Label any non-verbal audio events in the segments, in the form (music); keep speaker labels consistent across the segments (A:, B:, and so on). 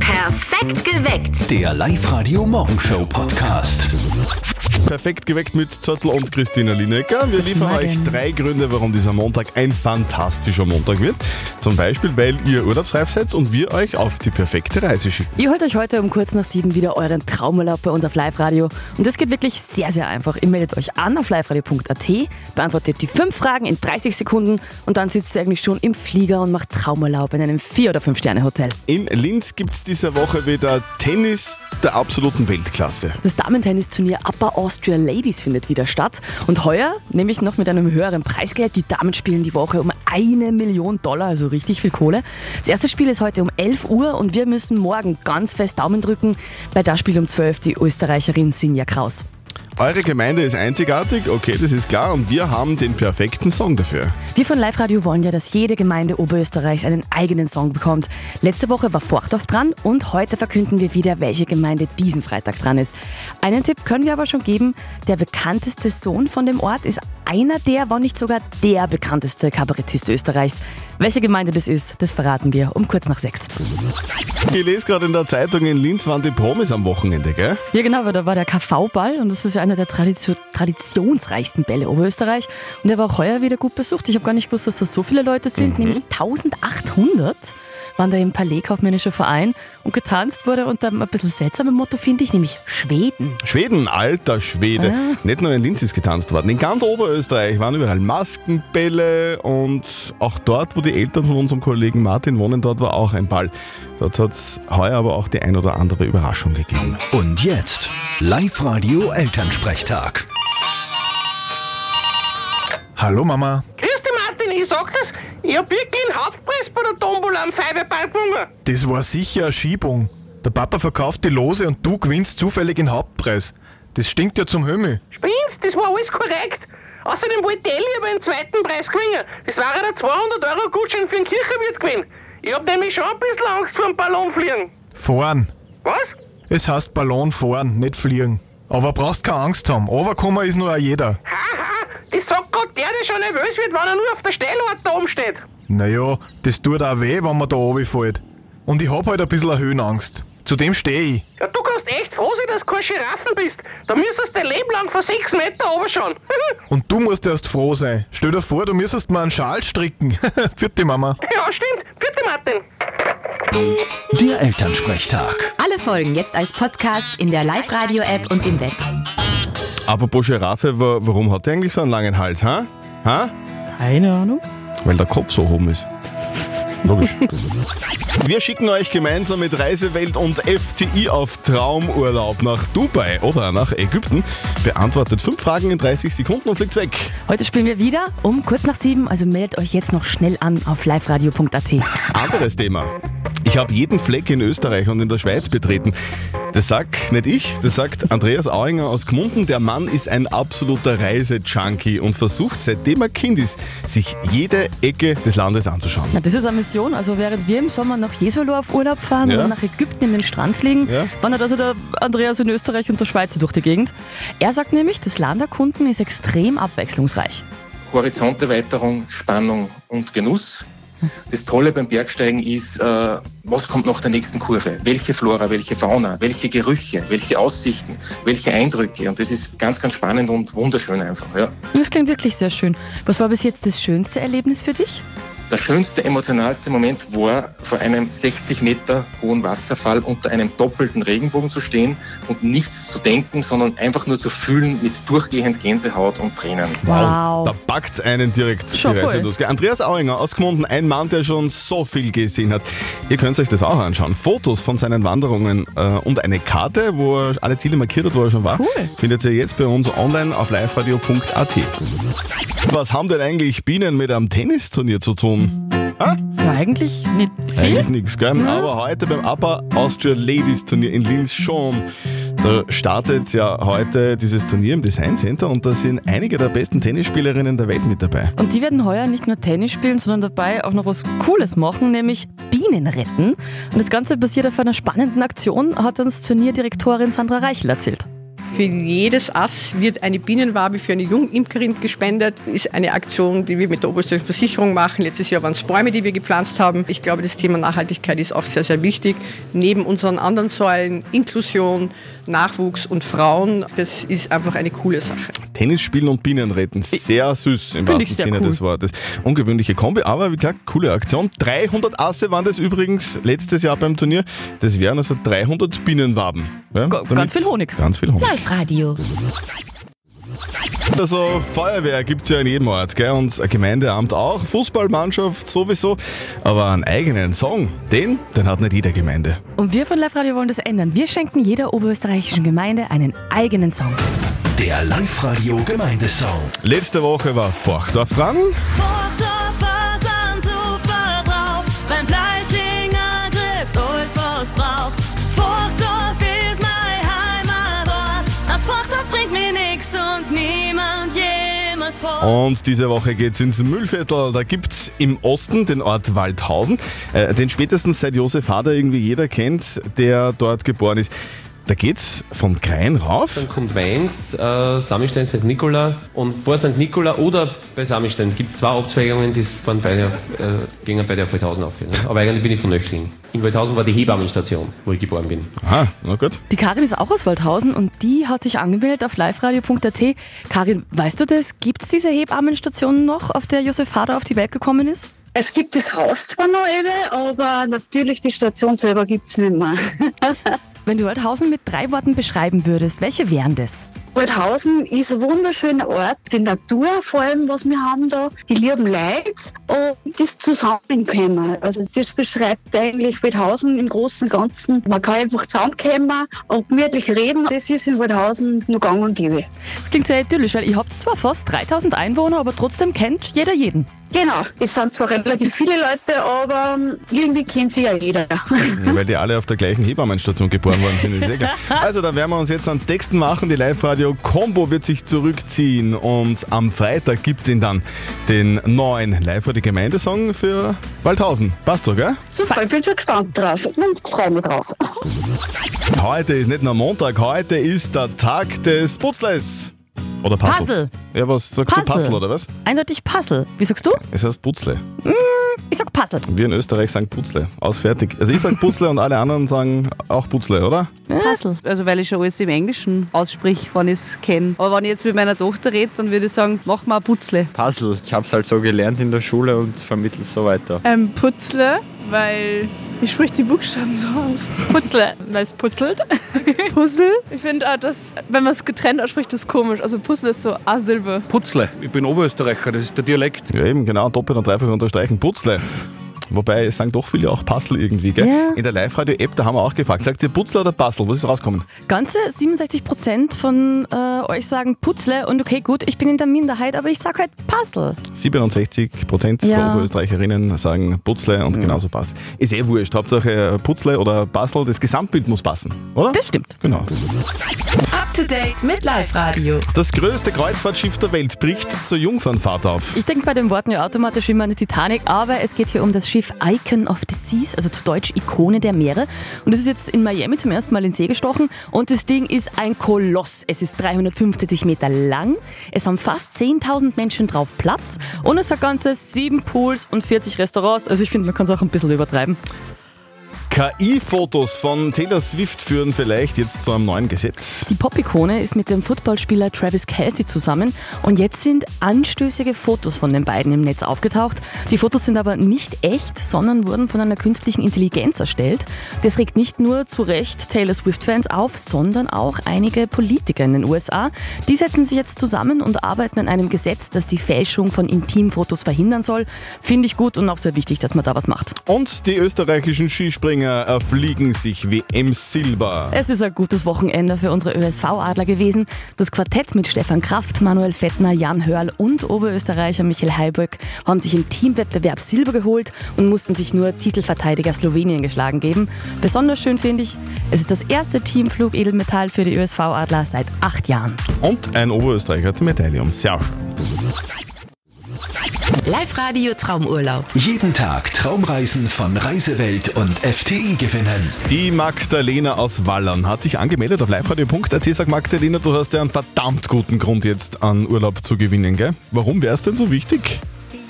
A: Perfekt geweckt.
B: Der Live-Radio-Morgenshow-Podcast.
C: Perfekt geweckt mit Zöttl und Christina Linecker. Wir liefern euch drei Gründe, warum dieser Montag ein fantastischer Montag wird. Zum Beispiel, weil ihr urlaubsreif seid und wir euch auf die perfekte Reise schicken.
D: Ihr holt euch heute um kurz nach sieben wieder euren Traumurlaub bei uns auf Live-Radio. Und das geht wirklich sehr, sehr einfach. Ihr meldet euch an auf liveradio.at, beantwortet die fünf Fragen in 30 Sekunden und dann sitzt ihr eigentlich schon im Flieger und macht Traumurlaub in einem Vier- oder Fünf-Sterne-Hotel.
C: In Linz gibt es diese Woche wieder Tennis der absoluten Weltklasse.
D: Das Damentennisturnier Upper Austria Ladies findet wieder statt. Und heuer, nämlich noch mit einem höheren Preisgeld, die Damen spielen die Woche um eine Million Dollar, also richtig viel Kohle. Das erste Spiel ist heute um 11 Uhr und wir müssen morgen ganz fest Daumen drücken, weil da spielt um 12 die Österreicherin Sinja Kraus.
C: Eure Gemeinde ist einzigartig, okay, das ist klar, und wir haben den perfekten Song dafür.
D: Wir von Live Radio wollen ja, dass jede Gemeinde Oberösterreichs einen eigenen Song bekommt. Letzte Woche war Forchdorf dran und heute verkünden wir wieder, welche Gemeinde diesen Freitag dran ist. Einen Tipp können wir aber schon geben. Der bekannteste Sohn von dem Ort ist einer der, wenn nicht sogar der bekannteste Kabarettist Österreichs. Welche Gemeinde das ist, das verraten wir um kurz nach sechs.
C: Ich lese gerade in der Zeitung, in Linz waren die Promis am Wochenende, gell?
D: Ja genau, weil da war der KV-Ball und das ist ja einer der Tradition traditionsreichsten Bälle Oberösterreich. Und der war auch heuer wieder gut besucht. Ich habe gar nicht gewusst, dass da so viele Leute sind,
E: Mhm.
D: nämlich 1800 waren da im Palais Kaufmännischer Verein und getanzt wurde unter einem ein bisschen seltsamen Motto, finde ich, nämlich Schweden.
C: Schweden, alter Schwede. Nicht nur in Linz ist getanzt worden. In ganz Oberösterreich waren überall Maskenbälle und auch dort, wo die Eltern von unserem Kollegen Martin wohnen, dort war auch ein Ball. Dort hat es heuer aber auch die ein oder andere Überraschung gegeben.
B: Und jetzt Live-Radio Elternsprechtag.
F: Hallo Mama.
G: Grüß dich, Martin, ich sag das. Ich hab wirklich einen Hauptpreis bei der Tombola am Feibepark gewonnen.
F: Das war sicher eine Schiebung. Der Papa verkauft die Lose und du gewinnst zufällig den Hauptpreis. Das stinkt ja zum Himmel.
G: Spinnst, das war alles korrekt. Außerdem wollte ich lieber einen zweiten Preis gewinnen. Das wäre der 200 Euro Gutschein für den Kirchenwirt gewesen. Ich hab nämlich schon ein bisschen Angst vor dem Ballonfliegen.
F: Fahren.
G: Was?
F: Es heißt Ballon fahren, nicht fliegen. Aber brauchst keine Angst haben. Overkommen ist nur auch jeder.
G: Haha, das sagt Gott der, der schon nervös wird, wenn er nur auf der Stellart da oben steht.
F: Naja, das tut auch weh, wenn man da runterfällt. Und ich hab halt ein bisschen eine Höhenangst. Zudem stehe ich.
G: Ja, du kannst echt froh sein, dass du kein Giraffen bist. Da müsstest du dein Leben lang vor 6 Meter runterschauen. (laughs)
F: Und du musst erst froh sein. Stell dir vor, du müsstest mal einen Schal stricken. (laughs) Für die Mama.
G: ja, stimmt. Bitte, Martin.
B: Der Elternsprechtag.
E: Alle Folgen jetzt als Podcast in der Live-Radio-App und im Web.
C: Apropos Giraffe, wa- warum hat der eigentlich so einen langen Hals, ha? Ha?
D: Keine Ahnung.
C: Weil der Kopf so oben ist. Logisch. (laughs) Wir schicken euch gemeinsam mit Reisewelt und FTI auf Traumurlaub nach Dubai oder nach Ägypten. Beantwortet fünf Fragen in 30 Sekunden und fliegt weg.
D: Heute spielen wir wieder um kurz nach sieben, also meldet euch jetzt noch schnell an auf liveradio.at.
C: Anderes Thema. Ich habe jeden Fleck in Österreich und in der Schweiz betreten. Das sagt nicht ich, das sagt Andreas Auinger aus Gmunden. Der Mann ist ein absoluter Reisejunkie und versucht, seitdem er Kind ist, sich jede Ecke des Landes anzuschauen.
D: Na, das ist eine Mission. Also während wir im Sommer nach Jesolo auf Urlaub fahren
C: Ja.
D: und nach Ägypten in den Strand fliegen,
C: Ja.
D: wandert also der Andreas in Österreich und der Schweiz so durch die Gegend. Er sagt nämlich, das Land erkunden ist extrem abwechslungsreich.
H: Horizonterweiterung, Spannung und Genuss. Das Tolle beim Bergsteigen ist, äh, was kommt nach der nächsten Kurve? Welche Flora, welche Fauna, welche Gerüche, welche Aussichten, welche Eindrücke? Und das ist ganz, ganz spannend und wunderschön einfach. Ja.
D: Das klingt wirklich sehr schön. Was war bis jetzt das schönste Erlebnis für dich?
H: Der schönste, emotionalste Moment war, vor einem 60 Meter hohen Wasserfall unter einem doppelten Regenbogen zu stehen und nichts zu denken, sondern einfach nur zu fühlen mit durchgehend Gänsehaut und Tränen.
D: Wow.
C: Da packt einen direkt
D: Schon
C: die Reise
D: voll.
C: los. gell? Andreas Auinger aus Gmunden, ein Mann, der schon so viel gesehen hat. Ihr könnt euch das auch anschauen. Fotos von seinen Wanderungen äh, und eine Karte, wo er alle Ziele markiert hat, wo er schon war,
D: Cool.
C: findet ihr jetzt bei uns online auf liveradio.at. Was haben denn eigentlich Bienen mit einem Tennisturnier zu tun?
D: Ja, eigentlich nicht viel.
C: Eigentlich nichts, gell? Aber heute beim Upper Austria Ladies Turnier in Linz schon. Da startet ja heute dieses Turnier im Design Center und da sind einige der besten Tennisspielerinnen der Welt mit dabei.
D: Und die werden heuer nicht nur Tennis spielen, sondern dabei auch noch was Cooles machen, nämlich Bienen retten. Und das Ganze basiert auf einer spannenden Aktion, hat uns Turnierdirektorin Sandra Reichel erzählt.
I: Für jedes Ass wird eine Bienenwabe für eine Jungimkerin gespendet. Ist eine Aktion, die wir mit der Oberösterreichischen Versicherung machen. Letztes Jahr waren es Bäume, die wir gepflanzt haben. Ich glaube, das Thema Nachhaltigkeit ist auch sehr, sehr wichtig. Neben unseren anderen Säulen Inklusion, Nachwuchs und Frauen, das ist einfach eine coole Sache.
C: Tennis spielen und Bienen retten. Sehr süß im
D: Find ich
C: wahrsten
D: sehr
C: Sinne
D: cool.
C: des Wortes. Ungewöhnliche Kombi, aber wie gesagt, coole Aktion. 300 Asse waren das übrigens letztes Jahr beim Turnier. Das wären also 300 Bienenwaben. Ja,
D: Ga- ganz
C: damit's-
D: viel Honig.
C: Ganz viel Honig.
J: Live-Radio.
C: Also Feuerwehr gibt es ja in jedem Ort, gell? Und ein Gemeindeamt auch, Fußballmannschaft sowieso. Aber einen eigenen Song, den, den hat nicht jede Gemeinde.
D: Und wir von Live Radio wollen das ändern. Wir schenken jeder oberösterreichischen Gemeinde einen eigenen Song.
K: Der Live-Radio Gemeindesong.
C: Letzte Woche war Forchdorf dran.
D: Oh.
C: Und diese Woche geht's ins Müllviertel. Da gibt's im Osten den Ort Waldhausen, äh, den spätestens seit Josef Hader irgendwie jeder kennt, der dort geboren ist. Da geht's vom Krain rauf.
B: Dann kommt Wengs, äh, Samistein, St. Nikola und vor St. Nikola oder bei Samistein gibt es zwei Abzweigungen, die fahren beide, auf, äh, gingen beide auf Waldhausen auf. Ne? Aber eigentlich bin ich von Nöchling. In Waldhausen war die Hebammenstation, wo ich geboren bin.
C: Aha, Ah, na gut.
D: Die Karin ist auch aus Waldhausen und die hat sich angemeldet auf liveradio.at. Karin, weißt du das? Gibt es diese Hebammenstation noch, auf der Josef Hader auf die Welt gekommen ist?
G: Es gibt das Haus zwar noch eben, aber natürlich die Station selber gibt es nicht mehr.
D: Wenn du Waldhausen mit drei Worten beschreiben würdest, welche wären das?
G: Waldhausen ist ein wunderschöner Ort, die Natur vor allem, was wir haben da, die lieben Leute und das Zusammenkommen. Also das beschreibt eigentlich Waldhausen im Großen und Ganzen. Man kann einfach zusammenkommen und gemütlich reden. Das ist in Waldhausen nur gang und gäbe.
D: Das klingt sehr idyllisch, weil ihr habt zwar fast 3000 Einwohner, aber trotzdem kennt jeder jeden.
G: Genau, es sind zwar relativ viele Leute, aber irgendwie kennt sie ja jeder.
C: Weil die alle auf der gleichen Hebammenstation geboren worden sind, ist eh klar. Also, da werden wir uns jetzt ans Texten machen. Die Live-Radio-Kombo wird sich zurückziehen und am Freitag gibt's ihn dann, den neuen Live-Radio-Gemeindesong für Waldhausen. Passt so, gell?
G: Super, ich bin schon gespannt drauf und freue mich drauf.
C: Heute ist nicht nur Montag, heute ist der Tag des Putzles. Oder Puzzles.
D: Puzzle.
C: Ja, was sagst du
D: Puzzle.
C: Puzzle oder was?
D: Eindeutig Puzzle. Wie sagst du?
C: Es heißt Putzle.
D: Ich sag Puzzle.
C: Wir in Österreich sagen Putzle. Aus fertig. Also ich sag Putzle und alle anderen sagen auch Putzle, oder?
G: Puzzle. Also weil ich schon alles im Englischen aussprich, wenn ich es kenne. Aber wenn ich jetzt mit meiner Tochter rede, dann würde ich sagen, mach mal ein Putzle.
L: Puzzle. Ich habe es halt so gelernt in der Schule und vermittle es so weiter.
I: Ähm, Putzle, weil ich sprich die Buchstaben so aus. Putzle, weil es putzelt. (laughs) Puzzle. Ich finde auch, dass, wenn man es getrennt ausspricht, das ist komisch. Also Puzzle ist so A-Silbe.
M: Putzle. Ich bin Oberösterreicher, das ist der Dialekt.
C: Ja eben, genau. Doppelt und dreifach unterstreichen. Putzle. Wobei, es sagen doch viele auch Puzzle irgendwie, gel?
D: Ja.
C: In der Live-Radio-App, da haben wir auch gefragt. Sagt ihr Putzle oder Puzzle? Was ist rauskommen?
D: Ganze 67% von äh, euch sagen Putzle und okay, gut, ich bin in der Minderheit, aber ich sag halt Puzzle.
C: 67 Prozent der
D: Ja.
C: Oberösterreicherinnen sagen Putzle und genauso passt. Ist eh wurscht. Hauptsache Putzle oder Puzzle, das Gesamtbild muss passen, oder?
D: Das stimmt.
C: Genau.
J: Up to date mit Live-Radio.
C: Das größte Kreuzfahrtschiff der Welt bricht zur Jungfernfahrt auf.
D: Ich denke bei den Worten ja automatisch immer an die Titanic, aber es geht hier um das Schiff Icon of the Seas, also zu Deutsch Ikone der Meere. Und es ist jetzt in Miami zum ersten Mal in See gestochen und das Ding ist ein Koloss. Es ist 350 Meter lang, es haben fast 10.000 Menschen drauf Platz und es hat ganze sieben Pools und 40 Restaurants. Also ich finde, man kann es auch ein bisschen übertreiben.
C: KI-Fotos von Taylor Swift führen vielleicht jetzt zu einem neuen Gesetz.
D: Die Pop-Ikone ist mit dem Footballspieler Travis Kelsey zusammen und jetzt sind anstößige Fotos von den beiden im Netz aufgetaucht. Die Fotos sind aber nicht echt, sondern wurden von einer künstlichen Intelligenz erstellt. Das regt nicht nur zu Recht Taylor Swift-Fans auf, sondern auch einige Politiker in den USA. Die setzen sich jetzt zusammen und arbeiten an einem Gesetz, das die Fälschung von Intimfotos verhindern soll. Finde ich gut und auch sehr wichtig, dass man da was macht.
C: Und die österreichischen Skispringer erfliegen sich WM-Silber.
D: Es ist ein gutes Wochenende für unsere ÖSV-Adler gewesen. Das Quartett mit Stefan Kraft, Manuel Fettner, Jan Hörl und Oberösterreicher Michael Heiberg haben sich im Teamwettbewerb Silber geholt und mussten sich nur Titelverteidiger Slowenien geschlagen geben. Besonders schön finde ich, es ist das erste Teamflug Edelmetall für die ÖSV-Adler seit acht Jahren.
C: Und ein Oberösterreicher hat die Medaille um Serge.
E: Live-Radio Traumurlaub.
B: Jeden Tag Traumreisen von Reisewelt und FTI gewinnen.
C: Die Magdalena aus Wallern hat sich angemeldet auf liveradio.at. Sag Magdalena, du hast ja einen verdammt guten Grund jetzt an Urlaub zu gewinnen, gell? Warum wäre es denn so wichtig?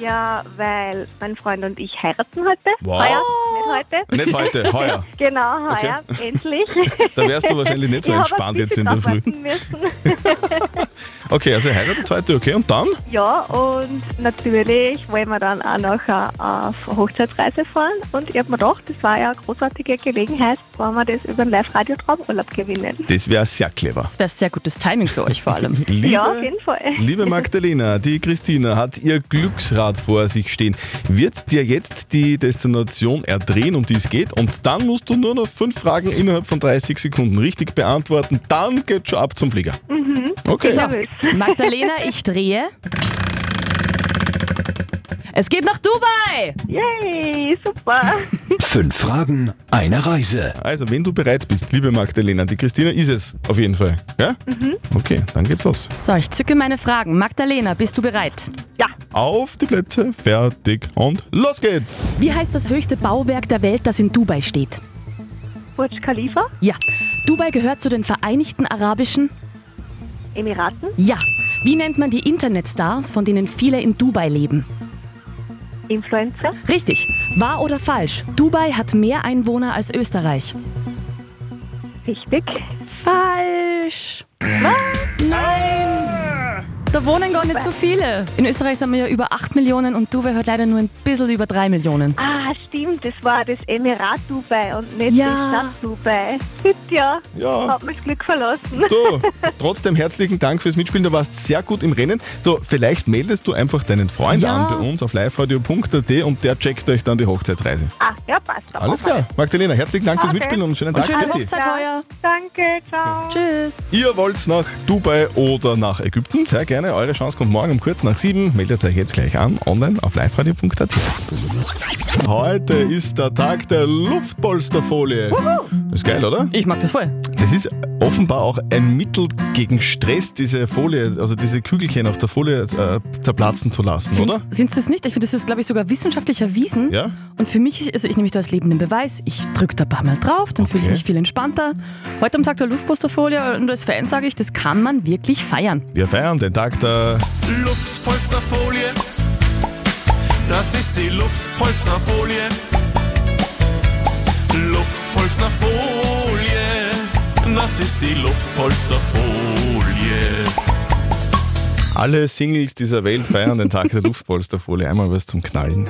I: Ja, weil mein Freund und ich heiraten heute.
C: Wow.
I: Heuer, nicht heute.
C: Nicht heute, heuer.
I: genau, heuer, endlich.
C: Da wärst du (laughs) wahrscheinlich nicht so
I: (laughs) Ich hab
C: entspannt
I: ein
C: jetzt in der
I: bisschen
C: Früh.
I: aufwarten müssen.
C: Okay, also ihr heiratet heute, okay, und dann?
I: Ja, und natürlich wollen wir dann auch nachher auf Hochzeitsreise fahren. Und ich habe mir gedacht, das war ja eine großartige Gelegenheit, wenn wir das über den Live-Radio-Traumurlaub gewinnen.
C: Das wäre sehr clever.
D: Das wäre sehr gutes Timing für euch vor allem.
C: Liebe,
I: ja, auf jeden Fall.
C: liebe Magdalena, die Christina hat ihr Glücksrad vor sich stehen. Wird dir jetzt die Destination erdrehen, um die es geht? Und dann musst du nur noch fünf Fragen innerhalb von 30 Sekunden richtig beantworten. Dann geht's schon ab zum Flieger.
D: Mhm.
C: Okay.
D: So, Magdalena, ich drehe. Es geht nach Dubai!
I: Yay, super!
C: Fünf Fragen, eine Reise. Also, wenn du bereit bist, liebe Magdalena, die Christina ist es auf jeden Fall. Ja?
D: Mhm.
C: Okay, dann geht's los.
D: So, ich zücke meine Fragen. Magdalena, bist du bereit? Ja.
C: Auf die Plätze, fertig und los geht's!
D: Wie heißt das höchste Bauwerk der Welt, das in Dubai steht?
I: Burj Khalifa,
D: Ja. Dubai gehört zu den Vereinigten Arabischen?
I: Emiraten,
D: Ja. Wie nennt man die Internetstars, von denen viele in Dubai leben?
I: Influencer,
D: Richtig. Wahr oder falsch? Dubai hat mehr Einwohner als Österreich.
I: Richtig.
D: Falsch. Was? Nein! Da wohnen gar nicht so viele. In Österreich sind wir ja über 8 Millionen und Dubai hat leider nur ein bisschen über 3 Millionen.
I: Ah, stimmt, das war das Emirat Dubai und nicht
D: Ja.
I: das Land Dubai. Fit, ja.
C: Ja.
I: Hat mich Glück verlassen. (laughs)
C: Du, trotzdem herzlichen Dank fürs Mitspielen. Du warst sehr gut im Rennen. Du, vielleicht meldest du einfach deinen Freund
I: Ja.
C: an bei uns auf liveradio.at und der checkt euch dann die Hochzeitsreise.
I: Ah, ja, passt. Dann
C: Alles
I: machen wir
C: klar. Magdalena, herzlichen Dank fürs
I: Okay.
C: Mitspielen und einen schönen Tag für dich.
I: heuer. Danke, ciao.
D: Tschüss.
C: Ihr wollt nach Dubai oder nach Ägypten? Sehr gerne. Eure Chance kommt morgen um kurz nach sieben. Meldet euch jetzt gleich an, online auf liveradio.at. Heute ist der Tag der Luftpolsterfolie. Das ist geil, oder?
D: Ich mag das voll.
C: Das ist offenbar auch ein Mittel gegen Stress, diese Folie, also diese Kügelchen auf der Folie äh, zerplatzen zu lassen, oder?
D: Findest du das nicht? Ich finde, das ist, glaube ich, sogar wissenschaftlich erwiesen.
C: Ja?
D: Und für mich, ist- also ich nehme mich da als lebenden Beweis, ich drücke da ein paar Mal drauf, dann fühle ich
C: Okay.
D: mich viel entspannter. Heute am Tag der Luftposterfolie und als Fan sage ich, das kann man wirklich feiern.
C: Wir feiern den Tag der
N: Luftpolsterfolie. Das ist die Luftpolsterfolie. Luftpolsterfolie. Das ist die Luftpolsterfolie.
C: Alle Singles dieser Welt feiern den Tag der Luftpolsterfolie. Einmal was zum Knallen.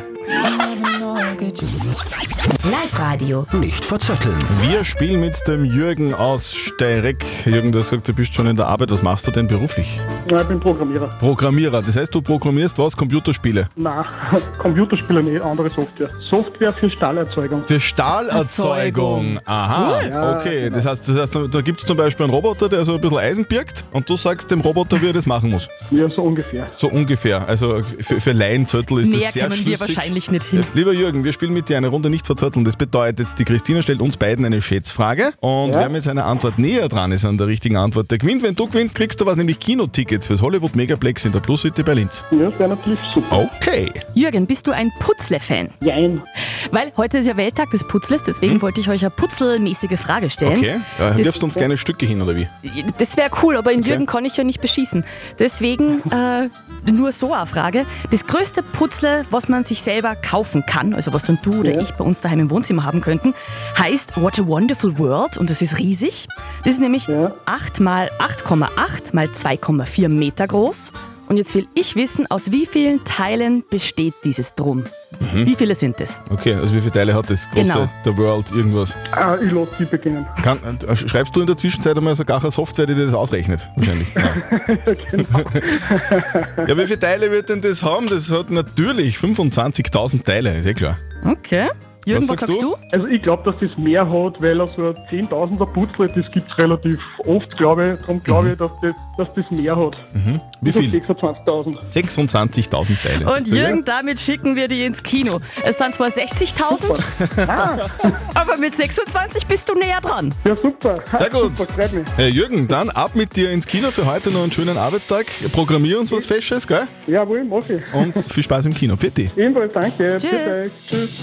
E: Live-Radio.
B: Nicht verzetteln.
C: Wir spielen mit dem Jürgen aus Steyreck. Jürgen, du hast gesagt, du bist schon in der Arbeit. Was machst du denn beruflich?
O: Ja, ich bin Programmierer.
C: Programmierer. Das heißt, du programmierst was? Computerspiele?
O: Nein, (laughs) Computerspieler nicht, andere Software. Software für Stahlerzeugung.
C: Für Stahlerzeugung. Aha,
O: Cool. Ja, genau.
C: okay. Das heißt, das heißt da- da gibt es zum Beispiel einen Roboter, der so ein bisschen Eisen birgt und du sagst dem Roboter, wie er das machen muss.
O: Ja, so ungefähr.
C: So ungefähr. Also für, für Laienzöttel ist
D: Näher
C: das sehr
D: kommen wir
C: schlüssig. Äh.
D: wahrscheinlich nicht hin.
C: Lieber Jürgen, wir spielen mit dir eine Runde nicht verzötteln. Das bedeutet, die Christina stellt uns beiden eine Schätzfrage und
O: Ja.
C: wer mit seiner Antwort näher dran ist an der richtigen Antwort, der gewinnt. Wenn du gewinnst, kriegst du was, nämlich Kinotickets fürs Hollywood Megaplex in der Plus City bei Linz.
O: Ja, das wäre natürlich super.
C: Okay.
D: Jürgen, bist du ein Putzle-Fan?
O: Jein.
D: Weil heute ist ja Welttag des Putzles, deswegen wollte ich euch eine putzelmäßige Frage
O: Hm.
D: stellen.
C: Hm? Okay. Ja,
D: Das-
C: wirfst du uns kleine Stücke hin, oder wie?
D: Das wäre cool, aber in
C: Okay.
D: Jürgen kann ich ja nicht beschießen. (laughs) Deswegen äh, nur so eine Frage. Das größte Putzle, was man sich selber kaufen kann, also was dann du oder ich bei uns daheim im Wohnzimmer haben könnten, heißt What a Wonderful World und das ist riesig. Das ist nämlich 8 mal 8,8 mal 2,4 Meter groß. Und jetzt will ich wissen, aus wie vielen Teilen besteht dieses Drum?
C: Mhm.
D: Wie viele sind es?
C: Okay, also wie viele Teile hat das große
D: Genau.
C: The World irgendwas?
O: Ah, ich lasse die beginnen.
C: Kann, äh, schreibst du in der Zwischenzeit einmal sogar eine Software, die dir das ausrechnet?
O: (laughs)
C: Wahrscheinlich.
O: Genau.
C: Ja, wie viele Teile wird denn das haben? Das hat natürlich 25.000 Teile, ist eh klar.
D: Okay. Jürgen, was sagst du?
O: Also ich glaube, dass das mehr hat, weil also 10.000er Putzle, das gibt es relativ oft, glaube ich. Darum glaube ich, dass das, dass das mehr hat.
C: Mhm. Wie
O: Ich sag
C: (laughs) viel?
O: 26.000.
C: 26.000 Teile.
D: Und Jürgen, damit schicken wir die ins Kino. Es sind zwar 60.000, aber mit 26 bist du näher dran.
O: Ja, super.
C: Sehr gut.
O: Super, freut mich.
C: Äh, Jürgen, dann ab mit dir ins Kino für heute noch einen schönen Arbeitstag. Programmier uns was Fesches, gell?
O: Jawohl, mach ich. (laughs)
C: Und viel Spaß im Kino. Bitte.
O: Ebenfalls danke.
E: Tschüss.
O: Bitte. Tschüss.